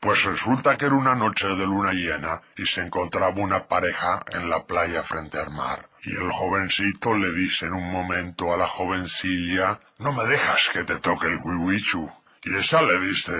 Pues resulta que era una noche de luna llena y se encontraba una pareja en la playa frente al mar. Y el jovencito le dice en un momento a la jovencilla, no me dejas que te toque el huihuichu. Y esa le dice,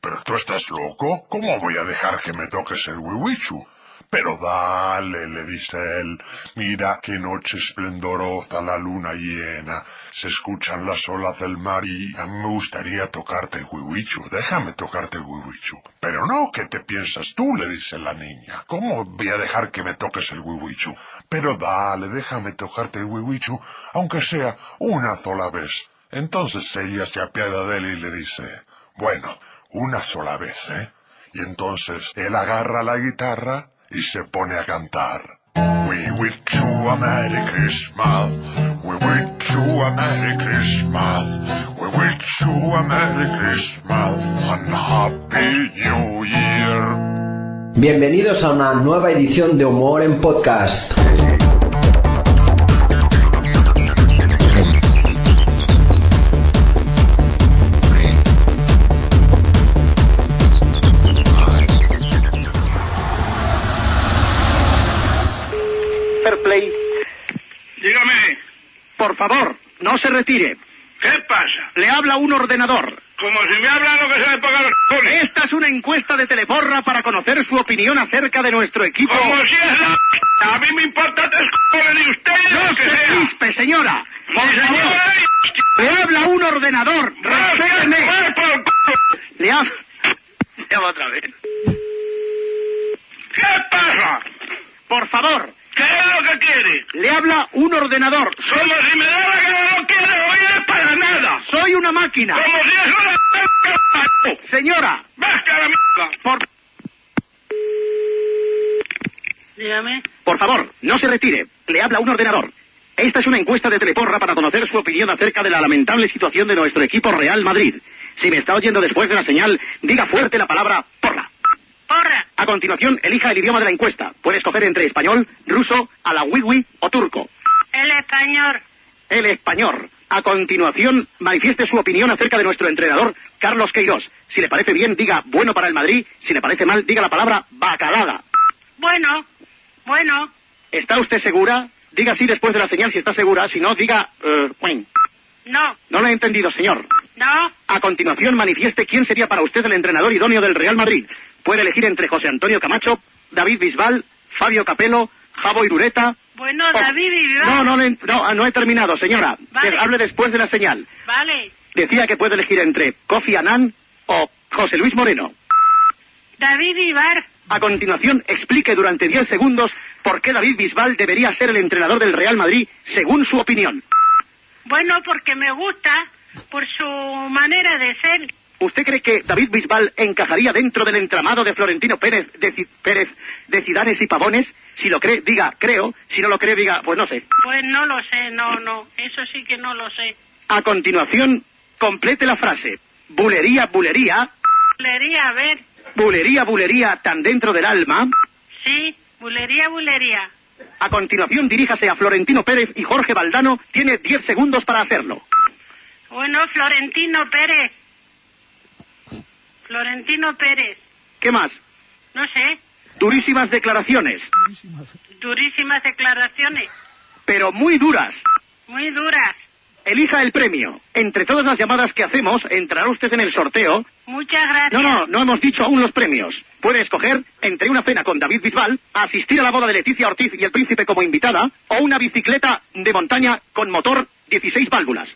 pero tú estás loco, ¿cómo voy a dejar que me toques el huihuichu? Pero dale, le dice él, mira qué noche esplendorosa la luna llena. Se escuchan las olas del mar y a mí me gustaría tocarte el huihuichu. Déjame tocarte el huihuichu. Pero no, ¿qué te piensas tú? le dice la niña. ¿Cómo voy a dejar que me toques el huihuichu? Pero dale, déjame tocarte el huihuichu, aunque sea una sola vez. Entonces ella se apiada de él y le dice, bueno, una sola vez, ¿eh? Y entonces él agarra la guitarra y se pone a cantar. We wish you a Merry Christmas. We wish you a Merry Christmas. We wish you a Merry Christmas and Happy New Year. Bienvenidos a una nueva edición de Humor en Podcast. Fair Play. Dígame, Por favor, no se retire. ¿qué pasa? Le habla un ordenador. Como si me hablan lo que sabe pagar los cojones. Esta es una encuesta de Teleporra para conocer su opinión acerca de nuestro equipo. Como si es la... A mí me importa tres cojones de ustedes ¡No lo que se sea. crispe, señora! Mi ¡Por favor! señora, ¡Le habla un ordenador! ¡No, quiero ¡Respéteme! tomar por el culo! Le habla... Le habla otra vez. ¿Qué pasa? Por favor, ¿Qué es lo que quiere? le habla un ordenador. Como si me da la gana no quiere oír para nada. Soy una máquina. Como si es una... c- que- Señora, ¡Vete a la mierda! por... Dígame, Por favor, no se retire. Le habla un ordenador. Esta es una encuesta de Teleporra para conocer su opinión acerca de la lamentable situación de nuestro equipo Real Madrid. Si me está oyendo después de la señal, diga fuerte la palabra porra. porra, A continuación, elija el idioma de la encuesta. Puede escoger entre español, ruso, alawiwi o turco. el español, El español. A continuación, manifieste su opinión acerca de nuestro entrenador, Carlos Queiroz. Si le parece bien, diga bueno para el Madrid. Si le parece mal, diga la palabra bacalada. bueno, bueno, ¿Está usted segura? Diga sí después de la señal si está segura, si no, diga... eh, cuin. no, no lo he entendido, señor. no, A continuación, manifieste quién sería para usted el entrenador idóneo del Real Madrid. Puede elegir entre José Antonio Camacho, David Bisbal, Fabio Capello, Javo Irureta... bueno, o- David y yo. Oh. No, no, le- no, ah, no he terminado, señora. Vale. Que Hable después de la señal. Vale, Decía que puede elegir entre Kofi Annan o José Luis Moreno. David Ibar, A continuación, explique durante 10 segundos por qué David Bisbal debería ser el entrenador del Real Madrid, según su opinión. bueno, porque me gusta por su manera de ser. ¿Usted cree que David Bisbal encajaría dentro del entramado de Florentino Pérez de, Ci- Pérez de Cidanes y Pavones? Si lo cree, diga creo. Si no lo cree, diga pues no sé. Pues no lo sé, no, no, eso sí que no lo sé. A continuación, complete la frase. Bulería, bulería, Bulería, a ver, bulería, bulería, tan dentro del alma. sí, bulería, bulería. A continuación, diríjase a Florentino Pérez y Jorge Valdano. Tiene 10 segundos para hacerlo. Bueno, Florentino Pérez. Florentino Pérez, ¿Qué más? no sé, Durísimas declaraciones, durísimas declaraciones, pero muy duras. muy duras. Elija el premio. Entre todas las llamadas que hacemos, entrará usted en el sorteo Muchas gracias. No, no, no hemos dicho aún los premios. Puede escoger entre una cena con David Bisbal, asistir a la boda de Leticia Ortiz y el príncipe como invitada, o una bicicleta de montaña con motor 16 válvulas.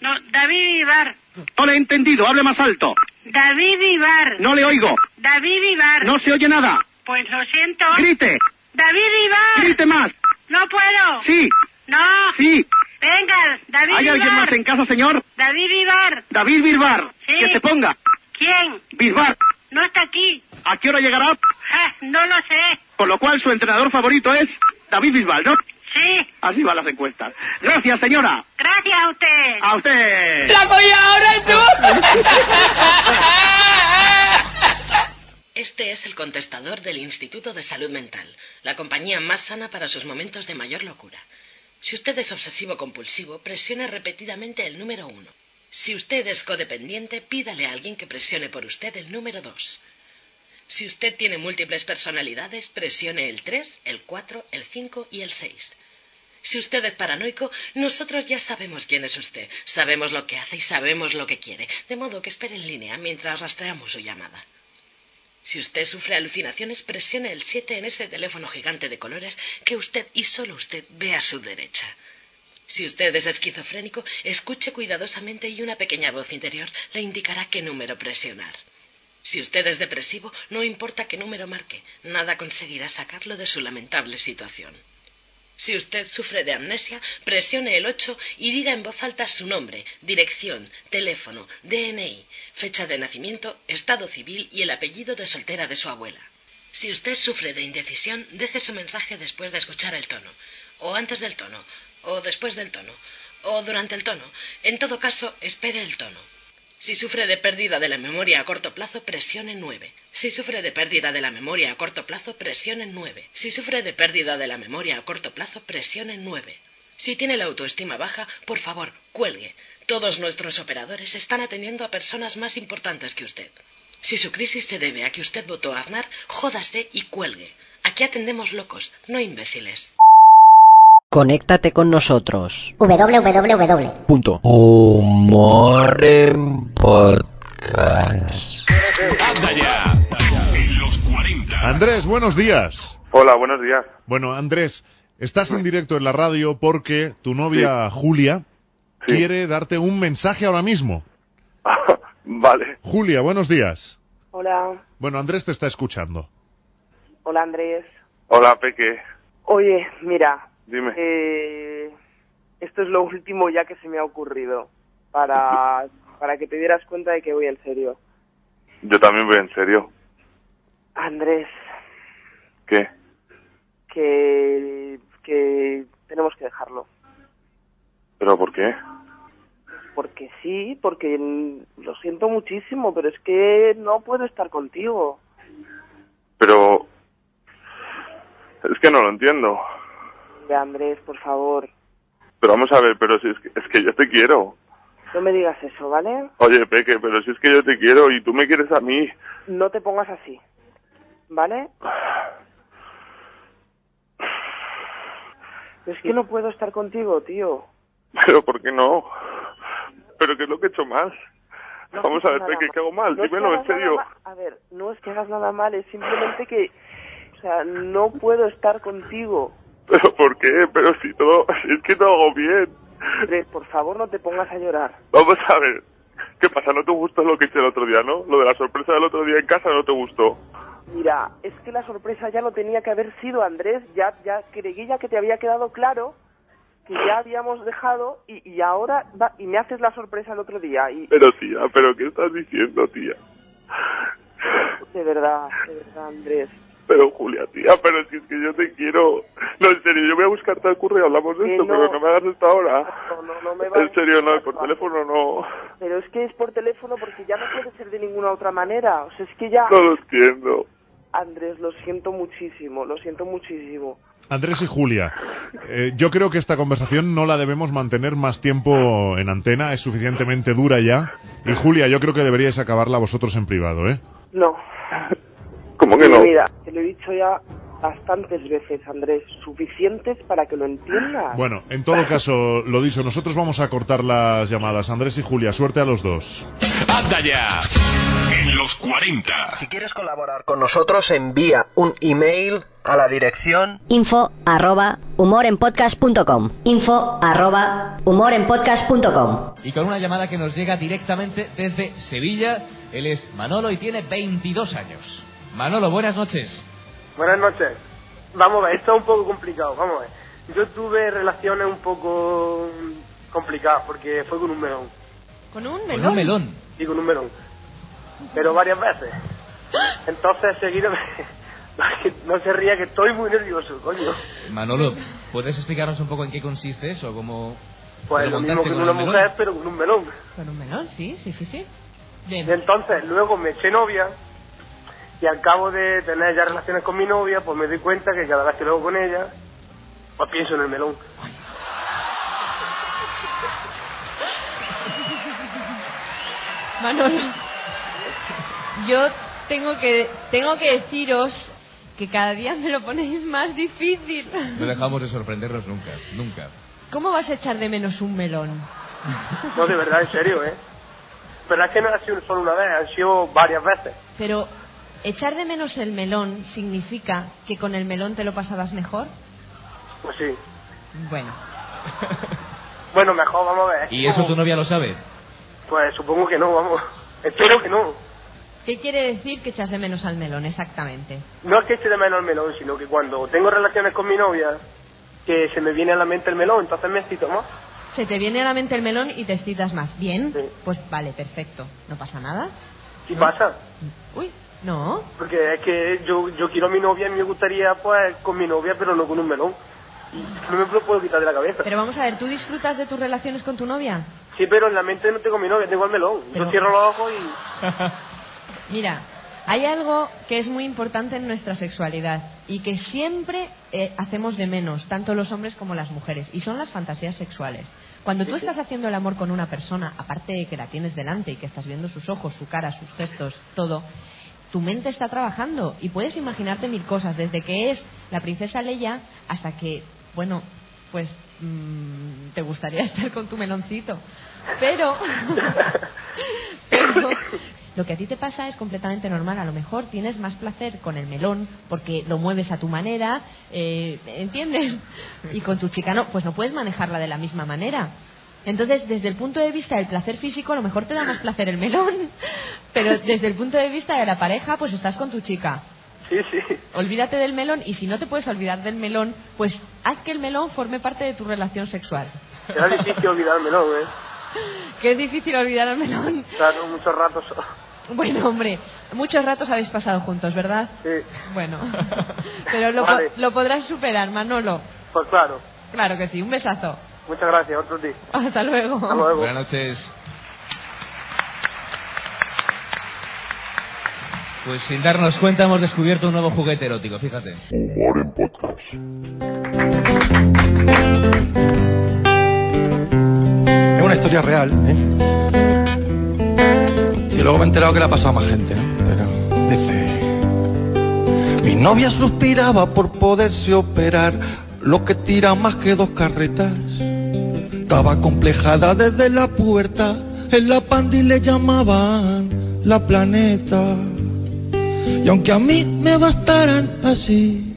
No, David Ibar. No le he entendido, hable más alto. David Ibar. No le oigo. David Ibar. No se oye nada. Pues lo siento. Grite, David Ibar. grite más. No puedo. Sí, No. sí. Venga, David ¿Hay alguien Ibar. más en casa, señor? David Ibar. David Bisbal. Sí. Que se ponga. ¿Quién? Bisbal, No está aquí. ¿a qué hora llegará? Ja, no lo sé. Con lo cual su entrenador favorito es David Bisbal, ¿no? Sí. Así van las encuestas. Gracias, señora. Gracias a usted. A usted. Este es el contestador del Instituto de Salud Mental, la compañía más sana para sus momentos de mayor locura. Si usted es obsesivo compulsivo, presione repetidamente el número uno. Si usted es codependiente, pídale a alguien que presione por usted el número dos. Si usted tiene múltiples personalidades, presione el 3, el 4, el 5 y el 6. Si usted es paranoico, nosotros ya sabemos quién es usted, sabemos lo que hace y sabemos lo que quiere, de modo que espere en línea mientras rastreamos su llamada. Si usted sufre alucinaciones, presione el 7 en ese teléfono gigante de colores que usted y solo usted ve a su derecha. Si usted es esquizofrénico, escuche cuidadosamente y una pequeña voz interior le indicará qué número presionar. Si usted es depresivo, no importa qué número marque, nada conseguirá sacarlo de su lamentable situación. Si usted sufre de amnesia, presione el 8 y diga en voz alta su nombre, dirección, teléfono, DNI, fecha de nacimiento, estado civil y el apellido de soltera de su abuela. Si usted sufre de indecisión, deje su mensaje después de escuchar el tono, o antes del tono, o después del tono, o durante el tono. En todo caso, espere el tono. Si sufre de pérdida de la memoria a corto plazo, presione 9. Si sufre de pérdida de la memoria a corto plazo, presione 9. Si sufre de pérdida de la memoria a corto plazo, presione 9. Si tiene la autoestima baja, por favor, cuelgue. Todos nuestros operadores están atendiendo a personas más importantes que usted. Si su crisis se debe a que usted votó a Aznar, jódase y cuelgue. Aquí atendemos locos, no imbéciles. Conéctate con nosotros. www. Punto. Humor en podcast. ¡Anda ya! En los 40. Andrés, buenos días. Hola, buenos días. Bueno, Andrés, estás en directo en la radio porque tu novia Julia Sí. quiere darte un mensaje ahora mismo. vale. Julia, buenos días. Hola, Bueno, Andrés te está escuchando. hola Andrés. Hola, Peque. Oye, mira, Dime. eh, esto es lo último ya que se me ha ocurrido para, para que te dieras cuenta de que voy en serio. Yo también voy en serio. Andrés, ¿Qué? que, que tenemos que dejarlo. ¿Pero por qué? Porque sí, porque mm, lo siento muchísimo, pero es que no puedo estar contigo. Pero... Es que no lo entiendo. Hombre, Andrés, por favor, Pero vamos a ver, pero si es que, es que yo te quiero. no me digas eso, ¿vale? Oye, Peque, pero si es que yo te quiero y tú me quieres a mí. No te pongas así, ¿vale? Es que no puedo estar contigo, tío. Pero ¿por qué no? ¿Pero qué es lo que he hecho mal? No vamos has a ver, hecho nada Peque, mal. ¿qué hago mal? No es que Dímelo, en hagas nada serio. mal. A ver, no es que hagas nada mal, es simplemente que, o sea, no puedo estar contigo. ¿Pero por qué? Pero si todo... si es que todo hago bien. Andrés, por favor, no te pongas a llorar. Vamos a ver. ¿Qué pasa? ¿No te gustó lo que hice el otro día, no? Lo de la sorpresa del otro día en casa no te gustó. Mira, es que la sorpresa ya no tenía que haber sido, Andrés. Ya, ya creí ya que te había quedado claro que ya habíamos dejado y, y ahora va- y me haces la sorpresa el otro día. Y Pero tía, ¿pero qué estás diciendo, tía? de verdad, de verdad, Andrés. Pero Julia, tía, pero si es que yo te quiero... No, en serio, yo voy a buscarte al curro y hablamos de Que esto, no. pero no me hagas esto ahora. No, no, no me va. En serio, no, por teléfono no. Pero es que es por teléfono porque ya no puede ser de ninguna otra manera. O sea, es que ya. No lo entiendo. Andrés, lo siento muchísimo, lo siento muchísimo. Andrés y Julia, eh, yo creo que esta conversación no la debemos mantener más tiempo en antena, es suficientemente dura ya. Y Julia, yo creo que deberíais acabarla vosotros en privado, ¿eh? No. ¿Cómo que no? Mira, te lo he dicho ya bastantes veces, Andrés, suficientes para que lo entiendas. Bueno, en todo caso, lo dicho, nosotros vamos a cortar las llamadas. Andrés y Julia, suerte a los dos. ¡Anda ya! En los 40. Si quieres colaborar con nosotros, envía un email a la dirección Info arroba humorenpodcast.com. Info arroba humorenpodcast.com. Y con una llamada que nos llega directamente desde Sevilla, él es Manolo y tiene 22 años. Manolo, buenas noches. Buenas noches. Vamos a ver, esto es un poco complicado, vamos a ver. Yo tuve relaciones un poco complicadas porque fue con un melón. ¿Con un melón? un melón. Sí, con un melón. Pero varias veces. Entonces, seguido me... No se ría que estoy muy nervioso, coño. Manolo, ¿puedes explicarnos un poco en qué consiste eso? ¿Cómo Pues te lo mismo montaste que con con una el melón? mujer, pero con un melón. Con un melón, sí, sí, sí, sí. Bien. Entonces, luego me eché novia y al cabo de tener ya relaciones con mi novia, pues me doy cuenta que cada vez que lo hago con ella, pues pienso en el melón. Manolo, yo Tengo que, tengo que deciros que cada día me lo ponéis más difícil. No dejamos de sorprendernos nunca, nunca. ¿Cómo vas a echar de menos un melón? No, de verdad, en serio, ¿eh? Pero es que no ha sido solo una vez, han sido varias veces. Pero echar de menos el melón significa que con el melón te lo pasabas mejor. Pues sí. Bueno. Bueno, mejor, vamos a ver. ¿Y eso tu novia lo sabe? Pues supongo que no, vamos. Espero que no. ¿Qué quiere decir que echas de menos al melón exactamente? No es que eche de menos el melón, sino que cuando tengo relaciones con mi novia, que se me viene a la mente el melón, entonces me excito más. Se te viene a la mente el melón y te excitas más. ¿Bien? Pues vale, perfecto. ¿No pasa nada? ¿Y pasa? Uy, no. Porque es que yo, yo quiero a mi novia y me gustaría, pues, con mi novia, pero no con un melón. Y no me lo puedo quitar de la cabeza. Pero vamos a ver, ¿tú disfrutas de tus relaciones con tu novia? Sí, pero en la mente no tengo mi novia, tengo el melón. Pero- Yo cierro los ojos y... Mira, hay algo que es muy importante en nuestra sexualidad y que siempre eh, hacemos de menos, tanto los hombres como las mujeres, y son las fantasías sexuales. Cuando tú Sí, sí. estás haciendo el amor con una persona, aparte de que la tienes delante y que estás viendo sus ojos, su cara, sus gestos, todo, tu mente está trabajando y puedes imaginarte mil cosas, desde que es la princesa Leia hasta que, bueno, pues mm, te gustaría estar con tu meloncito. Pero, pero lo que a ti te pasa es completamente normal. A lo mejor tienes más placer con el melón porque lo mueves a tu manera, eh, ¿entiendes? Y con tu chica no, pues no puedes manejarla de la misma manera. Entonces, desde el punto de vista del placer físico, a lo mejor te da más placer el melón, pero desde el punto de vista de la pareja, pues estás con tu chica. Sí, sí. Olvídate del melón y si no te puedes olvidar del melón, pues haz que el melón forme parte de tu relación sexual. Era difícil olvidar el melón, ¿eh? Que es difícil olvidar el melón. Claro, muchos ratos... Bueno, hombre, muchos ratos habéis pasado juntos, ¿verdad? Sí. Bueno, pero lo, po- Vale. lo podrás superar, Manolo. Pues claro. Claro que sí, un besazo. Muchas gracias, otro día. Hasta luego. Buenas noches. Pues sin darnos cuenta hemos descubierto un nuevo juguete erótico, fíjate. Eh, Es una historia real, ¿eh? Y luego me he enterado que le ha pasado a más gente, ¿no? Pero dice... Mi novia suspiraba por poderse operar lo que tira más que dos carretas. Estaba complejada desde la puerta, en la pandi le llamaban la planeta. Y aunque a mí me bastaran así,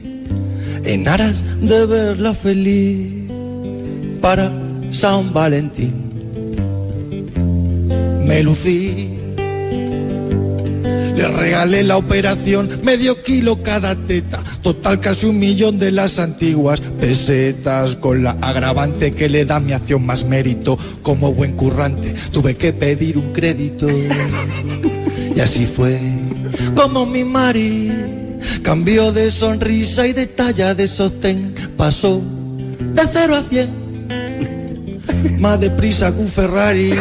en aras de verla feliz para San Valentín. Me lucí, le regalé la operación, medio kilo cada teta, total casi un millón de las antiguas pesetas, con la agravante que le da mi acción más mérito. Como buen currante, tuve que pedir un crédito. Y así fue como mi Mari cambió de sonrisa y de talla de sostén, pasó de cero a cien más deprisa que un Ferrari.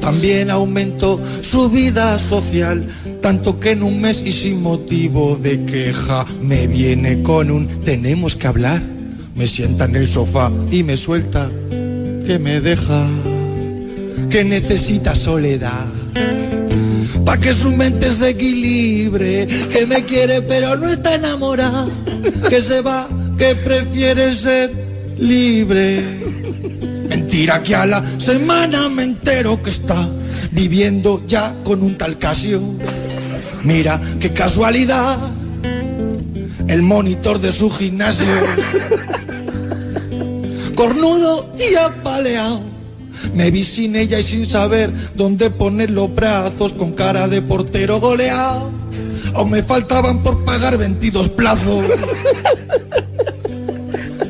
También aumentó su vida social, tanto que en un mes y sin motivo de queja me viene con un tenemos que hablar. Me sienta en el sofá y me suelta que me deja, que necesita soledad. Pa' que su mente se equilibre, que me quiere pero no está enamorada, que se va, que prefiere ser libre. Mentira que a la semana me entero que está viviendo ya con un tal Casio. Mira, qué casualidad, el monitor de su gimnasio. Cornudo y apaleado, me vi sin ella y sin saber dónde poner los brazos con cara de portero goleado. Aún me faltaban por pagar 22 plazos.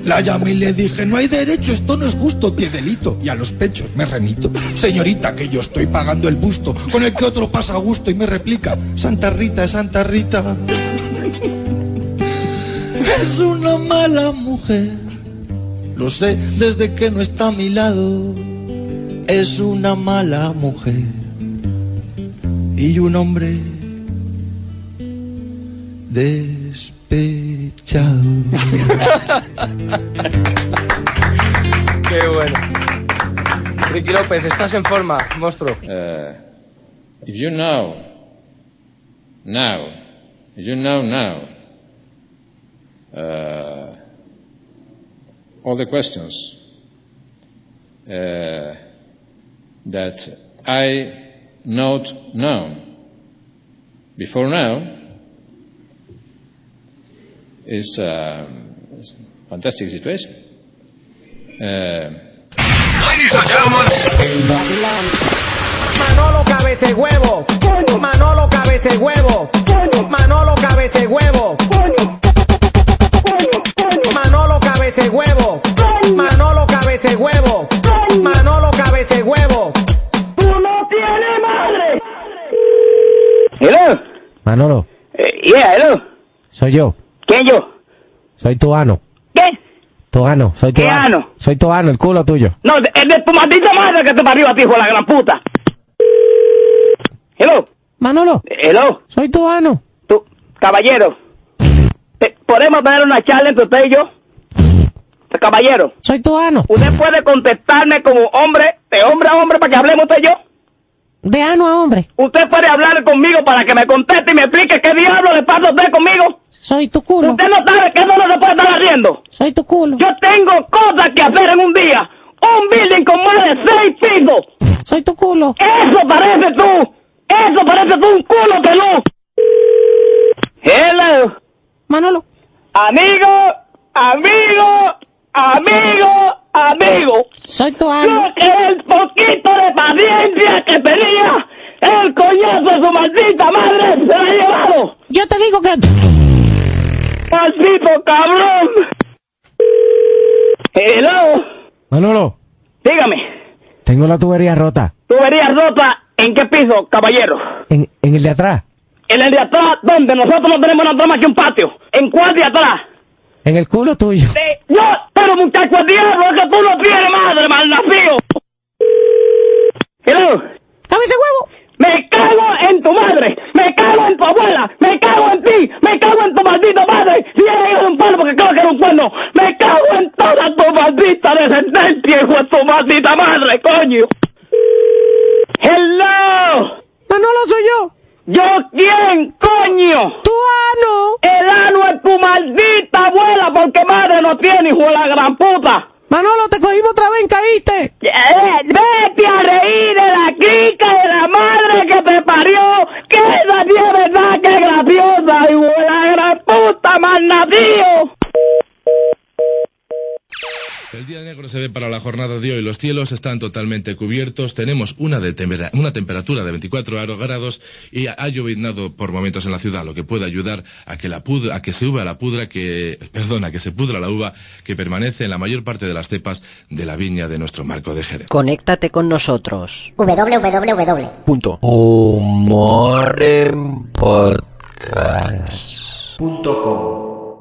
La llamé y le dije, no hay derecho, esto no es justo, qué delito. Y a los pechos me remito. Señorita, que yo estoy pagando el busto, con el que otro pasa a gusto y me replica, Santa Rita, Santa Rita. Es una mala mujer, lo sé desde que no está a mi lado. Es una mala mujer y un hombre despechado. Qué bueno. Ricky López, estás en forma, monstruo. Uh, if you know now. You know now uh, all the questions uh, that I not known before now is um, is a fantastic situation. Uh, Manolo cabeza y huevo. Manolo cabeza y huevo. Manolo cabeza y huevo. Manolo cabeza y huevo. Manolo cabeza y huevo. Manolo cabeza y huevo. ¡Tú no tienes madre! Hello. Manolo, Eh, yeah, hello. soy yo. ¿Quién yo? Soy tu ano. ¿Qué? Tu ano, soy tu ¿Qué ano. ano? Soy tu ano, el culo tuyo. No, de- es de tu maldita madre que te parió a ti, hijo de la gran puta. Hello. Manolo. Hello. Soy tu ano. Tú, caballero. Te- ¿Podemos tener una charla entre usted y yo? Caballero. Soy tu ano. ¿Usted puede contestarme como hombre, de hombre a hombre, para que hablemos usted y yo? De ano a hombre. ¿Usted puede hablar conmigo para que me conteste y me explique qué diablo le pasa a usted conmigo? Soy tu culo. ¿Usted no sabe que eso no se puede estar haciendo? Soy tu culo. Yo tengo cosas que hacer en un día. Un building con más de seis pisos. Soy tu culo. Eso parece tú. Eso parece tú un culo peludo. Hello. Manolo. Amigo, amigo, amigo, amigo. Soy tu Yo que el poquito de paciencia que tenía, el coñazo de su maldita madre se lo ha llevado. Yo te digo que... ¡Maldito cabrón! Hello. Manolo, Dígame, tengo la tubería rota. ¿tubería rota en qué piso, caballero? En, en el de atrás. En el de atrás, donde nosotros no tenemos nada más que un patio. ¿En cuál de atrás? En el culo tuyo. Eh, no, pero muchacho, el diablo, es que tú no tienes madre, malnacido. Hello. ¡Dame ese huevo! Me cago en tu madre, me cago en tu abuela, me cago en ti, me cago en tu maldita madre. Si eres hijo de un pueblo, porque creo que era un pueblo. Me cago en toda tu maldita descendencia, hijo de tu maldita madre, coño. Hello. Manolo, soy yo. ¿Yo quién, coño? Tu ano. El ano es tu maldita abuela, porque madre no tiene, hijo de la gran puta. Manolo, te cogimos otra vez, caíste. Eh, vete a reír de la crica de la madre que te parió. Que esa sí es verdad que es graciosa, hijo de la gran puta, malnacido. El día negro se ve para la jornada de hoy. Los cielos están totalmente cubiertos. Tenemos una, de tempera- una temperatura de 24 aro- grados y ha lloviznado por momentos en la ciudad, lo que puede ayudar a que, la pudra, a que se uva la pudra, que, perdona, que se pudra la uva que permanece en la mayor parte de las cepas de la viña de nuestro marco de Jerez. Conéctate con nosotros. www. Punto. Humor en podcast. Punto com.